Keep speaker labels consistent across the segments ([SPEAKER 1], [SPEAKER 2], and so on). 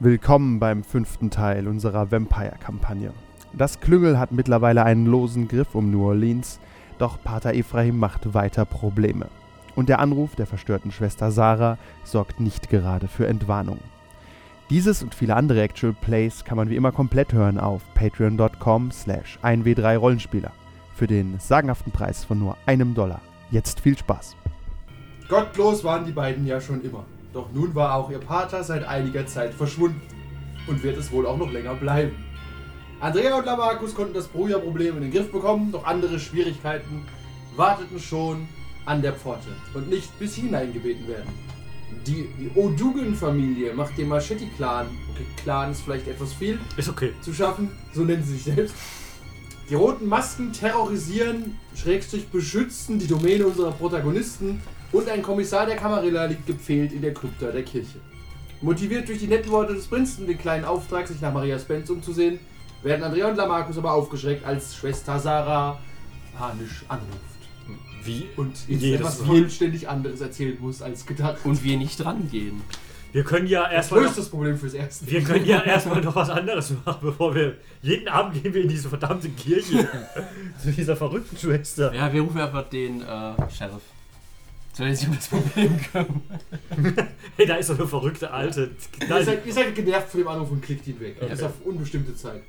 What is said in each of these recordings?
[SPEAKER 1] Willkommen beim fünften Teil unserer Vampire-Kampagne. Das Klüngel hat mittlerweile einen losen Griff um New Orleans, doch Pater Ephraim macht weiter Probleme. Und der Anruf der verstörten Schwester Sarah sorgt nicht gerade für Entwarnung. Dieses und viele andere Actual Plays kann man wie immer komplett hören auf patreon.com slash 1w3rollenspieler. Für den sagenhaften Preis von nur einem Dollar. Jetzt viel Spaß. Gottlos waren die beiden ja schon immer. Doch nun war auch ihr Pater seit einiger Zeit verschwunden und wird es wohl auch noch länger bleiben. Andrea und Lamarcus konnten das Bruja-Problem in den Griff bekommen, doch andere Schwierigkeiten warteten schon an der Pforte und nicht bis hineingebeten werden. Die Odugen-Familie macht dem Machetti-Clan, okay, Clan ist vielleicht etwas viel,
[SPEAKER 2] Ist okay.
[SPEAKER 1] zu schaffen, so nennen sie sich selbst. Die roten Masken terrorisieren, schrägstrich beschützen die Domäne unserer Protagonisten und ein Kommissar der Camarilla liegt gepfählt in der Krypta der Kirche. Motiviert durch die netten Worte des Prinzen, den kleinen Auftrag, sich nach Maria Spence umzusehen, werden Andrea und Lamarcus aber aufgeschreckt, als Schwester Sarah panisch anruft
[SPEAKER 2] Wie?
[SPEAKER 1] und jetzt
[SPEAKER 2] Jedes
[SPEAKER 1] etwas
[SPEAKER 2] Mal.
[SPEAKER 1] vollständig anderes erzählen muss als gedacht.
[SPEAKER 3] und wir nicht rangehen.
[SPEAKER 2] Wir können ja erstmal noch,
[SPEAKER 1] Größtes Problem fürs Erste.
[SPEAKER 2] wir können ja erstmal noch was anderes machen, bevor wir jeden Abend gehen wir in diese verdammte Kirche zu dieser verrückten Schwester.
[SPEAKER 3] Ja, wir rufen einfach den äh, Sheriff. Soll er sich um das Problem kümmern?
[SPEAKER 2] Hey, da ist so eine verrückte alte.
[SPEAKER 1] Ihr
[SPEAKER 2] Nein,
[SPEAKER 1] seid, ihr seid genervt von dem Anruf und klickt ihn weg.
[SPEAKER 2] Okay.
[SPEAKER 1] Das ist auf unbestimmte Zeit.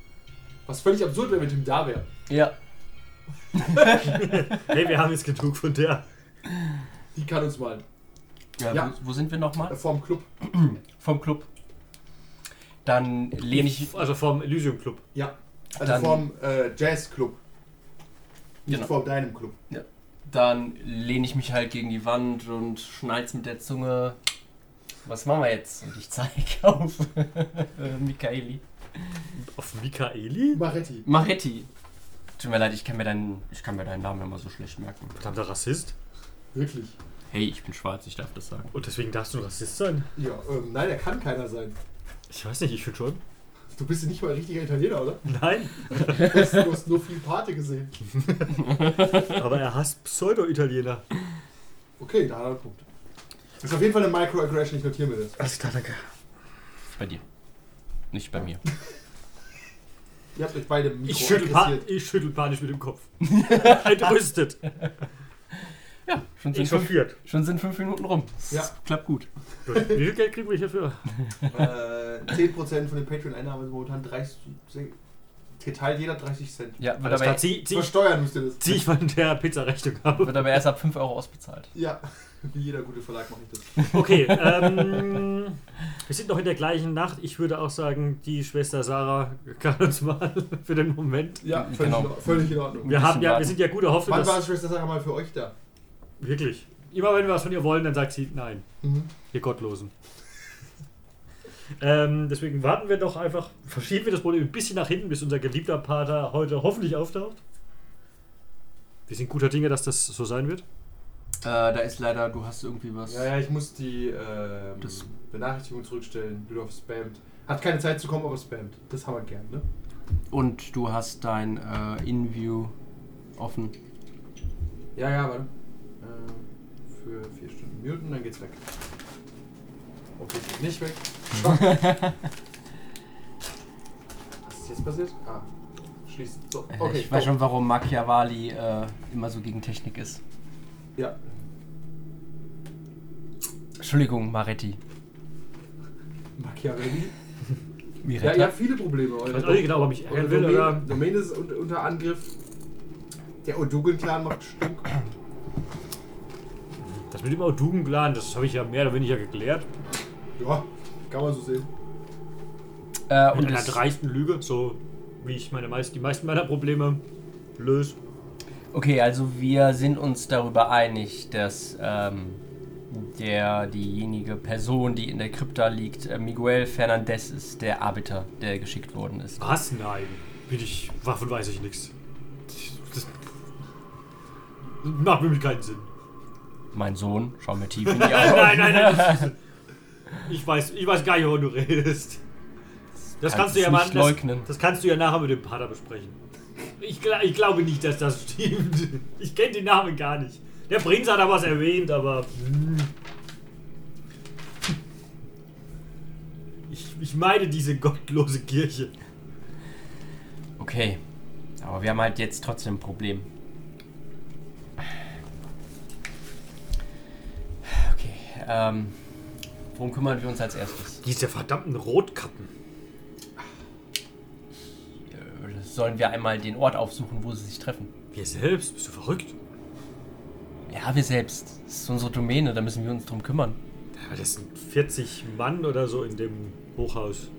[SPEAKER 1] Was völlig absurd wäre, wenn Tim da wäre.
[SPEAKER 3] Ja.
[SPEAKER 2] hey, wir haben jetzt genug von der.
[SPEAKER 1] Die kann uns mal.
[SPEAKER 3] ja,
[SPEAKER 1] Ja.
[SPEAKER 3] Wo, wo sind wir nochmal?
[SPEAKER 1] Vorm Club.
[SPEAKER 3] Vom Club. Dann lehne ich.
[SPEAKER 2] Also vom Elysium Club.
[SPEAKER 1] Ja. Also
[SPEAKER 3] Dann-
[SPEAKER 1] vorm äh, Jazz-Club. Nicht
[SPEAKER 3] Genau.
[SPEAKER 1] vor deinem Club.
[SPEAKER 3] Dann lehne ich mich halt gegen die Wand und schneid's mit der Zunge. Was machen wir jetzt? Und ich zeige auf äh, Michaeli.
[SPEAKER 2] Auf Mikaeli?
[SPEAKER 1] Maretti.
[SPEAKER 3] Maretti. Tut mir leid, ich kann mir deinen, ich kann mir deinen Namen immer so schlecht merken.
[SPEAKER 2] Verdammter Rassist.
[SPEAKER 1] Wirklich.
[SPEAKER 3] Hey, ich bin schwarz, ich darf das sagen.
[SPEAKER 2] Und deswegen darfst du ein Rassist sein?
[SPEAKER 1] Ja, ähm, nein, er kann keiner sein.
[SPEAKER 2] Ich weiß nicht, ich finde schon.
[SPEAKER 1] Du bist ja nicht mal ein richtiger Italiener, oder?
[SPEAKER 2] Nein,
[SPEAKER 1] Du hast, du hast nur viel Pate gesehen.
[SPEAKER 2] aber er hasst Pseudo-Italiener.
[SPEAKER 1] Okay, da hat er einen Punkt. Das ist auf jeden Fall eine Microaggression, ich notiere mir das.
[SPEAKER 2] Alles klar, danke.
[SPEAKER 3] Bei dir. Nicht bei mir.
[SPEAKER 1] Ihr habt euch beide Mikro
[SPEAKER 2] Ich schüttel, pa
[SPEAKER 1] aggressiert.
[SPEAKER 2] ich schüttel panisch mit dem Kopf. Entrüstet.
[SPEAKER 3] Ja, schon sind, fünf,
[SPEAKER 2] Interessiert.
[SPEAKER 3] schon sind fünf Minuten rum. Das
[SPEAKER 1] Ja.
[SPEAKER 3] klappt gut.
[SPEAKER 2] Gut. Wie viel Geld kriegen wir hierfür?
[SPEAKER 1] Äh, 10% von den Patreon-Einnahmen sind momentan 30 Cent. Geteilt jeder 30 Cent.
[SPEAKER 3] Ja, wird
[SPEAKER 2] Alles
[SPEAKER 3] aber,
[SPEAKER 2] klar, zieh, zieh,
[SPEAKER 1] Versteuern müsst ihr das.
[SPEAKER 2] zieh ich von der Pizza-Rechnung ab.
[SPEAKER 3] wird aber erst ab 5 Euro ausbezahlt.
[SPEAKER 1] Ja, wie jeder gute Verlag mache ich das.
[SPEAKER 2] Okay, ähm, wir sind noch in der gleichen Nacht. Ich würde auch sagen, die Schwester Sarah kann uns mal für den Moment.
[SPEAKER 1] Ja, völlig,
[SPEAKER 3] Genau.
[SPEAKER 1] in, Ordnung, völlig in Ordnung.
[SPEAKER 2] Wir, haben ja,
[SPEAKER 3] warten.
[SPEAKER 2] wir sind ja gute Hoffnung,
[SPEAKER 1] Wann war
[SPEAKER 2] dass.
[SPEAKER 1] Schwester Sarah mal für euch da?
[SPEAKER 2] Wirklich. Immer wenn wir was von ihr wollen, dann sagt sie nein, ihr Gottlosen. Ähm, deswegen warten wir doch einfach, verschieben wir das Problem ein bisschen nach hinten, bis unser geliebter Pater heute hoffentlich auftaucht. Wir sind guter Dinge, dass das so sein wird.
[SPEAKER 3] Äh, da ist leider, du hast irgendwie was.
[SPEAKER 1] Ja, ja, ich muss die ähm,
[SPEAKER 3] Das-
[SPEAKER 1] Benachrichtigung zurückstellen. Rudolf spammt. Hat keine Zeit zu kommen, aber spammt. Das haben wir gern, ne?
[SPEAKER 3] Und du hast dein äh, InView offen.
[SPEAKER 1] Ja, ja, warte. Äh, für vier Stunden muten, dann geht's weg. Okay, es geht nicht weg. Was ist jetzt passiert? Ah, schließen. So, okay.
[SPEAKER 3] Äh, ich weiß
[SPEAKER 1] so.
[SPEAKER 3] schon, warum Machiavelli äh, immer so gegen Technik ist.
[SPEAKER 1] Ja,
[SPEAKER 3] Entschuldigung, Maretti.
[SPEAKER 1] Machiavelli. Ja,
[SPEAKER 3] Miretta.
[SPEAKER 1] ihr habt viele Probleme. Eure
[SPEAKER 2] Ich weiß
[SPEAKER 4] Also,
[SPEAKER 2] auch nicht genau, ob ich
[SPEAKER 1] Eure
[SPEAKER 2] ärgern will
[SPEAKER 1] Domäne,
[SPEAKER 2] oder.
[SPEAKER 1] Domäne ist un unter Angriff. Der Odugen-Clan macht Stunk.
[SPEAKER 2] Das mit dem Audugenplan, das habe ich ja mehr oder weniger geklärt.
[SPEAKER 1] Ja, kann man so sehen.
[SPEAKER 3] Äh,
[SPEAKER 2] Mit
[SPEAKER 3] und
[SPEAKER 2] einer
[SPEAKER 3] es,
[SPEAKER 2] dreisten Lüge, so wie ich meine meist, die meisten meiner Probleme löse.
[SPEAKER 3] okay, also wir sind uns darüber einig, dass ähm, der, diejenige Person, die in der Krypta liegt, äh, Miguel Fernandez ist, der Arbiter, der geschickt worden ist.
[SPEAKER 2] Was? Nein. Bin ich. Davon weiß ich nichts. Das macht für mich keinen Sinn.
[SPEAKER 3] Mein Sohn, schau mir tief in die Augen.
[SPEAKER 2] Nein, nein, nein. Ich weiß, ich weiß gar nicht, wovon du redest. Das
[SPEAKER 3] Kannst
[SPEAKER 2] kannst du
[SPEAKER 3] es
[SPEAKER 2] ja mal
[SPEAKER 3] nicht
[SPEAKER 2] das-
[SPEAKER 3] leugnen.
[SPEAKER 2] Das kannst du ja nachher mit dem Pater besprechen. Ich, gla- ich glaube nicht, dass das stimmt. Ich kenne den Namen gar nicht. Der Prinz hat da was erwähnt, aber. hm. Ich, ich Ich meine diese gottlose Kirche.
[SPEAKER 3] Okay. Aber wir haben halt jetzt trotzdem ein Problem. Okay. Ähm, worum kümmern wir uns als erstes?
[SPEAKER 2] Diese verdammten Rotkappen.
[SPEAKER 3] Äh, Sollen wir einmal den Ort aufsuchen, wo sie sich treffen?
[SPEAKER 2] Wir selbst? Bist du verrückt?
[SPEAKER 3] Ja, wir selbst. Das ist unsere Domäne, da müssen wir uns drum kümmern.
[SPEAKER 2] Ja, Das sind 40 Mann oder so in dem Hochhaus.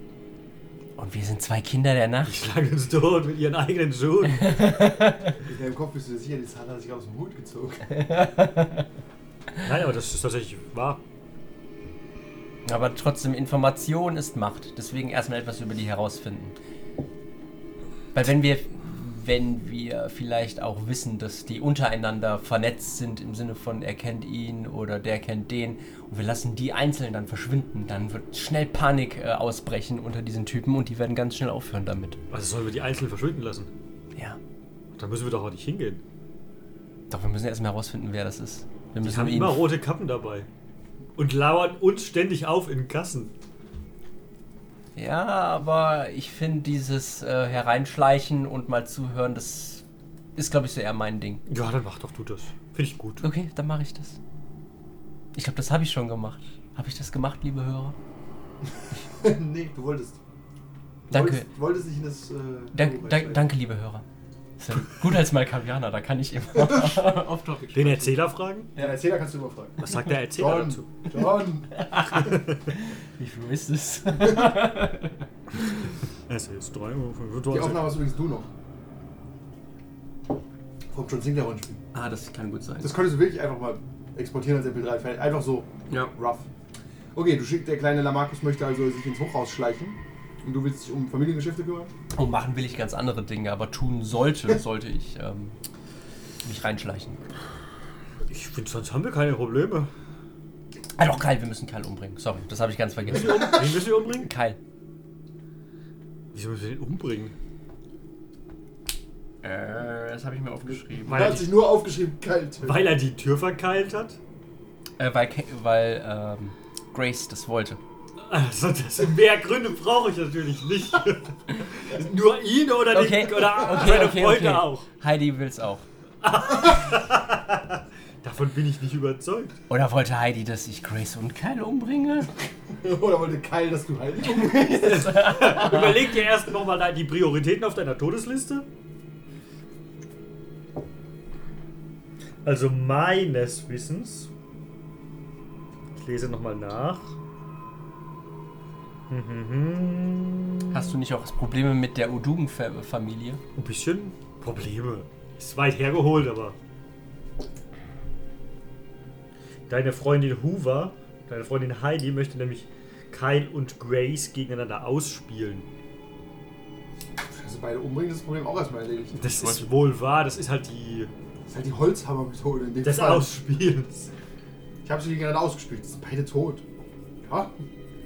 [SPEAKER 3] Und wir sind zwei Kinder der
[SPEAKER 2] Die
[SPEAKER 3] Nacht.
[SPEAKER 2] schlagen uns tot mit ihren eigenen Schuhen.
[SPEAKER 4] In deinem Kopf bist du dir sicher, das hat er sich aus dem Hut gezogen.
[SPEAKER 2] Nein, aber das ist tatsächlich wahr.
[SPEAKER 3] Aber trotzdem, Information ist Macht. Deswegen erstmal etwas über die herausfinden. Weil wenn wir, wenn wir vielleicht auch wissen, dass die untereinander vernetzt sind, im Sinne von er kennt ihn oder der kennt den, und wir lassen die einzeln dann verschwinden, dann wird schnell Panik äh, ausbrechen unter diesen Typen und die werden ganz schnell aufhören damit.
[SPEAKER 2] Also sollen wir die Einzelnen verschwinden lassen?
[SPEAKER 3] Ja.
[SPEAKER 2] Da müssen wir doch auch nicht hingehen.
[SPEAKER 3] Doch wir müssen erstmal herausfinden, wer das ist. Wir
[SPEAKER 2] Die
[SPEAKER 3] müssen
[SPEAKER 2] haben
[SPEAKER 3] ihn.
[SPEAKER 2] immer rote Kappen dabei. Und lauern uns ständig auf in Gassen.
[SPEAKER 3] Ja, aber ich finde dieses äh, Hereinschleichen und mal zuhören, das ist, glaube ich, so eher mein Ding.
[SPEAKER 2] Ja, dann mach doch du das. Finde ich gut.
[SPEAKER 3] Okay, dann mache ich das. Ich glaube, das habe ich schon gemacht. Habe ich das gemacht, liebe Hörer?
[SPEAKER 4] nee, du wolltest.
[SPEAKER 3] Danke.
[SPEAKER 4] Wolltest, wolltest nicht in das. Äh,
[SPEAKER 3] Dank, dank, danke, liebe Hörer. Ist ja gut als Malkavianer, da kann ich immer off topic
[SPEAKER 2] Den Erzähler fragen?
[SPEAKER 4] Ja, Erzähler kannst du immer fragen.
[SPEAKER 2] Was sagt der Erzähler
[SPEAKER 4] John,
[SPEAKER 2] dazu?
[SPEAKER 4] John,
[SPEAKER 3] Wie viel ist es?
[SPEAKER 2] Es ist 3
[SPEAKER 4] die
[SPEAKER 2] Uhr.
[SPEAKER 4] Aufnahme hast übrigens du noch. Vom John Sinclair Rollenspiel.
[SPEAKER 3] ah, das kann gut sein.
[SPEAKER 4] Das könntest du wirklich einfach mal exportieren als MP3. -File. Einfach so
[SPEAKER 3] Ja.
[SPEAKER 4] rough. Okay, du schickst, der kleine Lamarcus möchte also sich ins Hochhaus schleichen. Und du willst dich um Familiengeschäfte kümmern?
[SPEAKER 3] Und Oh, machen will ich ganz andere Dinge, aber tun sollte, sollte ich ähm, mich reinschleichen.
[SPEAKER 2] Ich finde, sonst haben wir keine Probleme.
[SPEAKER 3] Ah, doch, Kyle, wir müssen Kyle umbringen. Sorry, das habe ich ganz vergessen.
[SPEAKER 2] Wen müssen wir umbringen?
[SPEAKER 3] Kyle.
[SPEAKER 2] Wieso müssen wir den umbringen?
[SPEAKER 3] Äh, das habe ich mir aufgeschrieben.
[SPEAKER 4] Er
[SPEAKER 2] Weil er,
[SPEAKER 4] hat sich
[SPEAKER 2] die,
[SPEAKER 4] nur aufgeschrieben, kalt.
[SPEAKER 2] weil er die Tür verkeilt hat?
[SPEAKER 3] Äh, weil Ke- weil ähm, Grace das wollte.
[SPEAKER 2] Also, das sind mehr Gründe brauche ich natürlich nicht. Nur ihn oder, den, oder seine Freunde auch.
[SPEAKER 3] Heidi will's auch.
[SPEAKER 2] Davon bin ich nicht überzeugt.
[SPEAKER 3] Oder wollte Heidi, dass ich Grace und Kyle umbringe?
[SPEAKER 4] Oder wollte Kyle, dass du halt
[SPEAKER 2] Überleg dir erst nochmal die Prioritäten auf deiner Todesliste. Also meines Wissens. Ich lese nochmal nach. Mhm.
[SPEAKER 3] Hast du nicht auch Probleme mit der Udugen-Familie?
[SPEAKER 2] Ein bisschen Probleme. Ist weit hergeholt, aber. Deine Freundin Hoover, deine Freundin Heidi möchte nämlich Kyle und Grace gegeneinander ausspielen.
[SPEAKER 4] Also beide umbringen, das Problem auch erstmal erledigt.
[SPEAKER 2] Das ist wohl wahr, das ist halt die
[SPEAKER 4] Das ist halt die Holzhammer-Methode in dem
[SPEAKER 2] des
[SPEAKER 4] Fall.
[SPEAKER 2] Ausspielens.
[SPEAKER 4] Ich habe sie gegeneinander ausgespielt, die sind beide tot. Ja,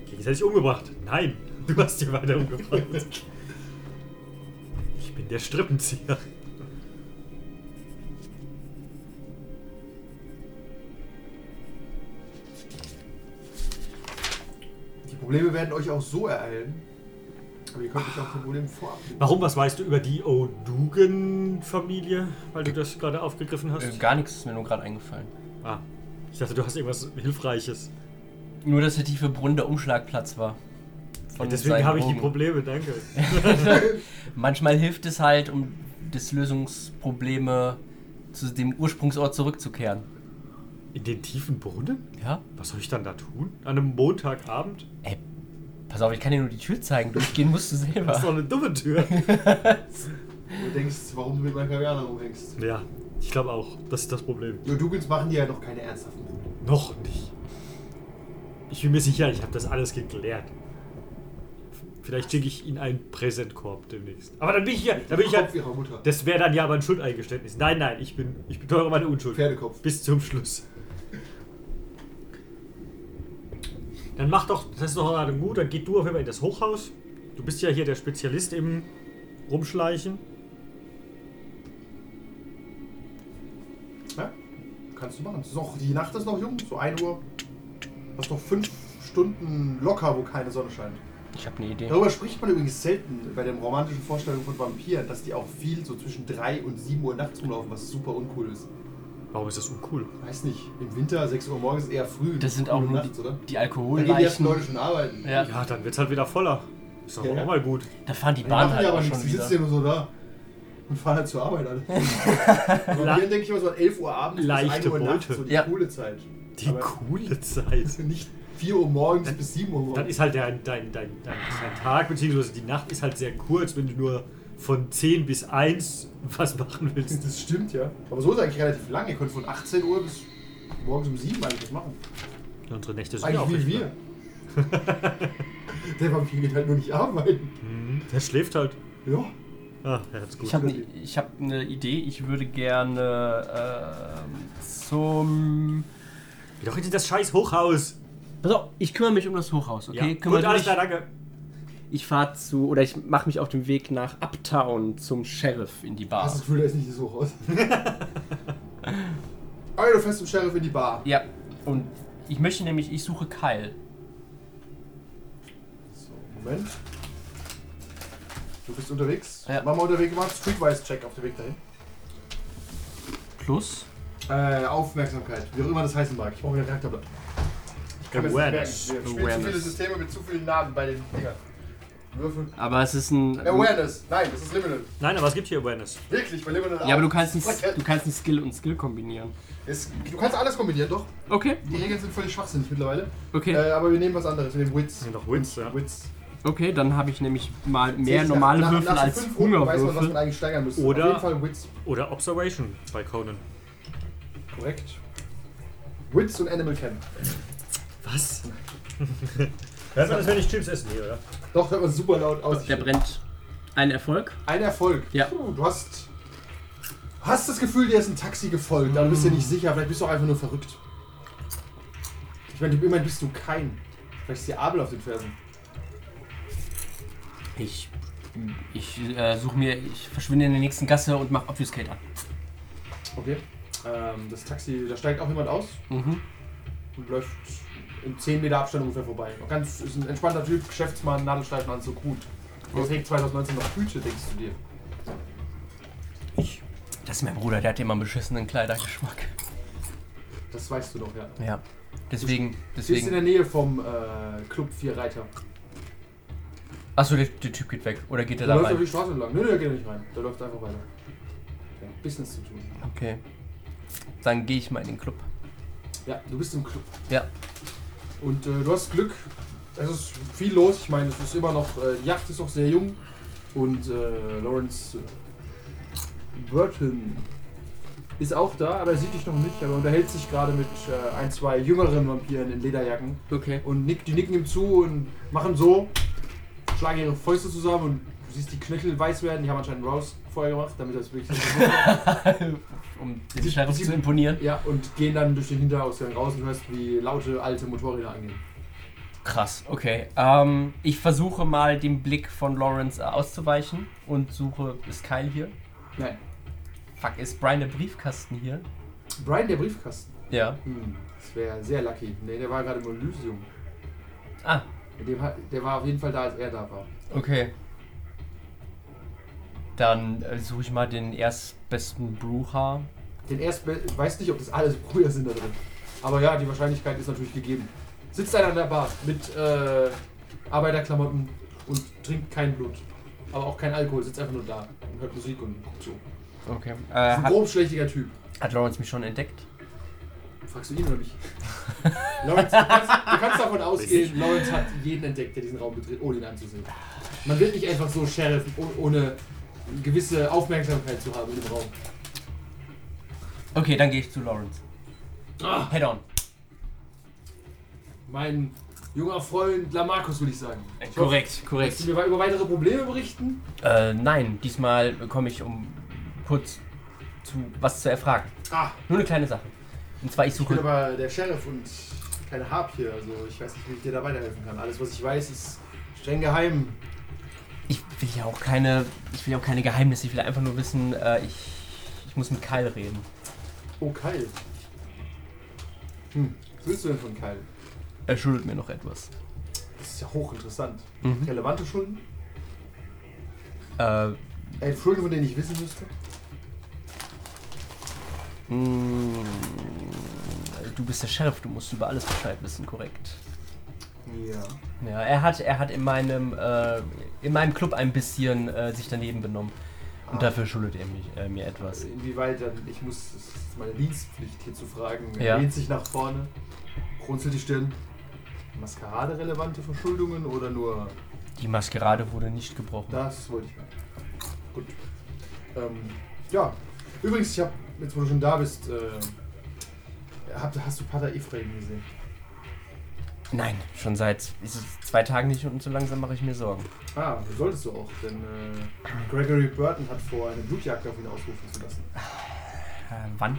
[SPEAKER 2] Gegenseitig umgebracht. Nein, du hast die weiter umgebracht. Ich bin der Strippenzieher.
[SPEAKER 4] die Probleme werden euch auch so ereilen. Aber ihr könnt euch auch von Problemen vorab.
[SPEAKER 2] Warum, was weißt du über die O'Dugan-Familie? Weil du das gerade aufgegriffen hast?
[SPEAKER 3] Äh, gar nichts ist mir nur gerade eingefallen.
[SPEAKER 2] ah, ich dachte, du hast irgendwas Hilfreiches.
[SPEAKER 3] Nur, dass der tiefe Brunnen der Umschlagplatz war. Von
[SPEAKER 2] Deswegen
[SPEAKER 3] seinen
[SPEAKER 2] habe ich die
[SPEAKER 3] Drogen.
[SPEAKER 2] Probleme, danke.
[SPEAKER 3] Manchmal hilft es halt, um das Lösungsprobleme zu dem Ursprungsort zurückzukehren.
[SPEAKER 2] In den tiefen Brunnen?
[SPEAKER 3] Ja?
[SPEAKER 2] Was soll ich dann da tun? An einem Montagabend?
[SPEAKER 3] Ey, pass auf, ich kann dir nur die Tür zeigen. Durchgehen musst du
[SPEAKER 2] Das ist doch
[SPEAKER 3] selber.
[SPEAKER 2] eine dumme Tür.
[SPEAKER 4] Du denkst, warum du mit meinem Kavianer rumhängst.
[SPEAKER 2] ja, ich glaube auch. Das ist das Problem.
[SPEAKER 4] Nur Dugans machen dir ja noch keine ernsthaften Probleme.
[SPEAKER 2] Noch nicht. Ich bin mir sicher, ich habe das alles geklärt. Vielleicht schicke ich Ihnen einen Präsentkorb demnächst. Aber dann bin ich ja. Dann bin ich ja
[SPEAKER 4] Kopf ihrer Mutter.
[SPEAKER 2] das wäre dann ja aber ein Schuldeingeständnis. Nein, nein, ich bin. Ich beteure meine Unschuld.
[SPEAKER 4] Pferdekopf.
[SPEAKER 2] Bis zum Schluss. Dann mach doch, das ist doch gerade gut, dann geh du auf jeden Fall in das Hochhaus. Du bist ja hier der Spezialist im Rumschleichen.
[SPEAKER 4] Ja? Kannst du machen. Es Ist noch, die Nacht ist noch jung, so 1 Uhr. Hast noch 5 Stunden locker, wo keine Sonne scheint.
[SPEAKER 3] Ich habe eine Idee.
[SPEAKER 4] Darüber spricht man übrigens selten bei den romantischen Vorstellungen von Vampiren, dass die auch viel so zwischen 3 und 7 Uhr nachts rumlaufen, was super uncool ist.
[SPEAKER 2] Warum ist das uncool?
[SPEAKER 4] Weiß nicht, im Winter 6 Uhr morgens eher früh.
[SPEAKER 3] Das sind
[SPEAKER 4] früh
[SPEAKER 3] auch nur
[SPEAKER 4] nachts, oder?
[SPEAKER 3] die
[SPEAKER 4] Da gehen die ersten
[SPEAKER 3] Alkoholleichen.
[SPEAKER 4] Leute schon arbeiten.
[SPEAKER 3] Ja,
[SPEAKER 2] Ja, dann wird's halt wieder voller. Ist doch
[SPEAKER 4] Ja, ja.
[SPEAKER 2] auch mal gut.
[SPEAKER 3] da fahren die
[SPEAKER 4] Die
[SPEAKER 3] Bahn
[SPEAKER 4] machen
[SPEAKER 3] halt
[SPEAKER 4] ja aber
[SPEAKER 3] auch
[SPEAKER 4] nichts,
[SPEAKER 3] schon
[SPEAKER 4] die sitzen
[SPEAKER 3] wieder.
[SPEAKER 4] ja nur so da und fahren halt zur Arbeit alle.
[SPEAKER 2] La-
[SPEAKER 4] Aber hier denke ich immer so an 11 Uhr abends bis 1
[SPEAKER 2] Leichte
[SPEAKER 4] Uhr nachts,
[SPEAKER 2] Beute.
[SPEAKER 4] so die
[SPEAKER 3] Ja.
[SPEAKER 4] coole Zeit.
[SPEAKER 2] Die
[SPEAKER 4] Aber
[SPEAKER 2] coole Zeit.
[SPEAKER 4] nicht 4 Uhr morgens
[SPEAKER 2] Dann-
[SPEAKER 4] bis 7 Uhr morgens.
[SPEAKER 2] Dann ist halt dein, dein, dein, dein, dein Tag bzw. die Nacht ist halt sehr kurz, wenn du nur von 10 bis 1 was machen willst.
[SPEAKER 4] Das stimmt, ja. Aber so ist eigentlich relativ lang. Ihr könnt von 18 Uhr bis morgens um 7 eigentlich was machen.
[SPEAKER 2] Unsere Nächte sind ja auch
[SPEAKER 4] eigentlich wie
[SPEAKER 2] nicht
[SPEAKER 4] wir. Der Vampir geht halt nur nicht arbeiten.
[SPEAKER 2] Mhm. Der schläft halt.
[SPEAKER 4] Ja.
[SPEAKER 2] Ah, er hat's gut.
[SPEAKER 3] Ich habe eine hab ne Idee. Ich würde gerne ähm, zum.
[SPEAKER 2] Geh doch in das scheiß Hochhaus.
[SPEAKER 3] Pass auf, ich kümmere mich um das Hochhaus, okay?
[SPEAKER 2] ja.
[SPEAKER 3] Kümmere
[SPEAKER 2] Gut, alles
[SPEAKER 3] dich.
[SPEAKER 2] klar, danke.
[SPEAKER 3] Ich fahre zu oder ich mache mich auf den Weg nach Uptown zum Sheriff in die
[SPEAKER 4] Hast du
[SPEAKER 3] Bar.
[SPEAKER 4] das Gefühl, der ist nicht so raus. Aber du fährst zum Sheriff in die Bar.
[SPEAKER 3] Ja, und ich möchte nämlich, ich suche Kyle.
[SPEAKER 4] So, Moment. Du bist unterwegs.
[SPEAKER 3] Ja.
[SPEAKER 4] Mach mal unterwegs gemacht. Streetwise-Check auf dem Weg dahin.
[SPEAKER 3] Plus.
[SPEAKER 4] Äh, Aufmerksamkeit. Wie auch immer das heißen mag. Ich brauche wieder ein Charakterblatt. Ich kann mir
[SPEAKER 2] Awareness.
[SPEAKER 4] das nicht merken. Wir spielen zu viele
[SPEAKER 3] Awareness.
[SPEAKER 4] Systeme mit zu vielen Namen bei den Dingern. Würfel.
[SPEAKER 3] Aber es ist ein.
[SPEAKER 4] Awareness. Nein, das ist Liminal.
[SPEAKER 2] Nein, aber es gibt hier Awareness.
[SPEAKER 4] Wirklich, bei Liminal.
[SPEAKER 3] Ja, aber du kannst, ein,
[SPEAKER 4] Frechheit.
[SPEAKER 3] du kannst ein Skill und Skill kombinieren.
[SPEAKER 4] Es, du kannst alles kombinieren, doch.
[SPEAKER 3] Okay,
[SPEAKER 4] Die Regeln sind völlig schwachsinnig mittlerweile.
[SPEAKER 3] okay,
[SPEAKER 4] Äh, aber wir nehmen was anderes. Wir nehmen Wits.
[SPEAKER 2] Sind doch Wins, ja.
[SPEAKER 4] Wits.
[SPEAKER 3] okay, dann habe ich nämlich mal mehr
[SPEAKER 4] Sehe ich nach-
[SPEAKER 3] normale
[SPEAKER 4] nach-
[SPEAKER 3] Würfel
[SPEAKER 4] nach
[SPEAKER 3] als
[SPEAKER 4] fünf Runden weiß man, was man
[SPEAKER 3] Hungerwürfel.
[SPEAKER 4] eigentlich steigern müsste.
[SPEAKER 2] Oder-
[SPEAKER 4] Auf jeden Fall Wits.
[SPEAKER 2] Oder Observation bei Conan.
[SPEAKER 4] Korrekt. Wits und Animal Camp.
[SPEAKER 2] Was? Hört man das, wenn ich Chips essen hier, oder?
[SPEAKER 4] Doch, hört man super laut aus.
[SPEAKER 3] Der brennt. Ein Erfolg.
[SPEAKER 4] Ein Erfolg.
[SPEAKER 3] Ja.
[SPEAKER 4] Puh, du hast. Hast das Gefühl, dir ist ein Taxi gefolgt, aber du bist dir nicht sicher. Vielleicht bist du auch einfach nur verrückt. Ich meine, du- immerhin bist du kein. Vielleicht ist dir Abel auf den Fersen.
[SPEAKER 3] Ich, ich äh, suche mir, ich verschwinde in der nächsten Gasse und mache Obfuscate an.
[SPEAKER 4] Okay. Ähm, das Taxi, da steigt auch jemand aus
[SPEAKER 3] Mhm.
[SPEAKER 4] und läuft in 10 Meter Abstand ungefähr vorbei. Auch Ganz ist ein entspannter Typ, Geschäftsmann, Nadelstreifenanzug, Hut. Der trägt 2019 noch Hüte, denkst du dir.
[SPEAKER 3] Ich. Das ist mein Bruder, der hat immer einen beschissenen Kleidergeschmack.
[SPEAKER 4] Das weißt du doch, ja.
[SPEAKER 3] Ja. Deswegen,
[SPEAKER 4] Sie ist in
[SPEAKER 3] deswegen.
[SPEAKER 4] der Nähe vom äh, Club Vier Reiter.
[SPEAKER 3] Achso, der, der Typ geht weg. Oder geht er
[SPEAKER 4] Der läuft
[SPEAKER 3] dabei?
[SPEAKER 4] auf die Straße entlang. Nö, nö, der geht nicht rein. Der läuft einfach weiter. Der hat Business zu tun.
[SPEAKER 3] Okay. Dann gehe ich mal in den Club.
[SPEAKER 4] Ja, du bist im Club.
[SPEAKER 3] Ja.
[SPEAKER 4] Und äh, du hast Glück. Es ist viel los. Ich meine, es ist immer noch. Äh, die Yacht ist noch sehr jung. Und äh, Lawrence äh, Burton ist auch da, aber er sieht dich noch nicht. Aber er unterhält sich gerade mit äh, ein, zwei jüngeren Vampiren in Lederjacken.
[SPEAKER 3] Okay.
[SPEAKER 4] Und nick, die nicken ihm zu und machen so, schlagen ihre Fäuste zusammen und du siehst die Knöchel weiß werden. Die haben anscheinend Rouse vorher gemacht, damit das wirklich.
[SPEAKER 3] um den
[SPEAKER 4] Sie-
[SPEAKER 3] Sheriff
[SPEAKER 4] sie-
[SPEAKER 3] zu imponieren.
[SPEAKER 4] ja, und gehen dann durch den Hinterausgang raus und hörst, wie laute alte Motorräder angehen.
[SPEAKER 3] Krass, okay. Ähm, ich versuche mal dem Blick von Lawrence äh, auszuweichen und suche. Ist Kyle hier?
[SPEAKER 4] Nein.
[SPEAKER 3] Fuck, ist Brian der Briefkasten hier?
[SPEAKER 4] Brian, der Briefkasten.
[SPEAKER 3] Ja.
[SPEAKER 4] Hm, das wäre sehr lucky. Nee, der war gerade im Elysium.
[SPEAKER 3] Ah,
[SPEAKER 4] Mit Dem, hat- der war auf jeden Fall da, als er da war.
[SPEAKER 3] okay. Dann äh, suche ich mal den erstbesten Brucher.
[SPEAKER 4] Den ersten, ich weiß nicht, ob das alles Brüder sind da drin. Aber ja, die Wahrscheinlichkeit ist natürlich gegeben. Sitzt einer an der Bar mit äh, Arbeiterklamotten und trinkt kein Blut. Aber auch kein Alkohol, sitzt einfach nur da und hört Musik und guckt zu.
[SPEAKER 3] Okay. Äh,
[SPEAKER 4] Ist ein
[SPEAKER 3] hat,
[SPEAKER 4] grob schlechtiger Typ.
[SPEAKER 3] hat Lawrence mich schon entdeckt?
[SPEAKER 4] Fragst du ihn oder mich? Lawrence, du kannst, du kannst davon ausgehen, Lawrence hat jeden entdeckt, der diesen Raum betritt, ohne ihn anzusehen. Man wird nicht einfach so Sheriff, oh- ohne eine gewisse Aufmerksamkeit zu haben im Raum.
[SPEAKER 3] Okay, dann gehe ich zu Lawrence.
[SPEAKER 4] Ah.
[SPEAKER 3] Head on.
[SPEAKER 4] Mein junger Freund Lamarcus, würde ich sagen. Ich hoffe,
[SPEAKER 3] Äh, Korrekt,
[SPEAKER 4] Willst
[SPEAKER 3] korrekt.
[SPEAKER 4] du mir über weitere Probleme berichten?
[SPEAKER 3] Äh, nein, diesmal komme ich um kurz zu was zu erfragen.
[SPEAKER 4] Ah,
[SPEAKER 3] Nur eine kleine Sache. Und zwar ich
[SPEAKER 4] ich bin
[SPEAKER 3] suche.
[SPEAKER 4] aber der Sheriff und kein Hab hier, also ich weiß nicht, wie ich dir da weiterhelfen kann. Alles, was ich weiß, ist streng geheim.
[SPEAKER 3] Ich will ja auch keine. Ich will ja auch keine Geheimnisse. Ich will einfach nur wissen. Äh, ich, ich muss mit Kyle reden.
[SPEAKER 4] Oh, Kyle. Hm, was willst du denn von Kyle?
[SPEAKER 3] Er schuldet mir noch etwas.
[SPEAKER 4] Das Das ist ja hochinteressant.
[SPEAKER 3] Mhm.
[SPEAKER 4] Relevante Schulden?
[SPEAKER 3] Äh,
[SPEAKER 4] Äh, Schulden, von denen ich wissen müsste?
[SPEAKER 3] mh, Hm. du bist der Sheriff, du musst über alles Bescheid wissen, korrekt.
[SPEAKER 4] Ja.
[SPEAKER 3] Ja, er hat, er hat in meinem, äh, in meinem Club ein bisschen äh, sich daneben benommen. Und dafür schuldet er mich, äh, mir etwas.
[SPEAKER 4] Ah, Inwieweit dann, ich muss, das ist meine Dienstpflicht hier zu fragen. Er
[SPEAKER 3] Ja.
[SPEAKER 4] lehnt sich nach vorne, runzelt die Stirn. Maskerade-relevante Verschuldungen oder nur
[SPEAKER 3] Die Maskerade wurde nicht gebrochen.
[SPEAKER 4] das wollte ich mal. Gut. Ähm, ja, übrigens, ich habe, jetzt wo du schon da bist, äh, hab, hast du Pater Ephraim gesehen?
[SPEAKER 3] Nein, schon seit ist es zwei Tagen nicht und so langsam mache ich mir Sorgen.
[SPEAKER 4] Ah, solltest du auch, denn äh, Gregory Burton hat vor, eine Blutjagd auf ihn ausrufen zu lassen.
[SPEAKER 3] Äh, wann?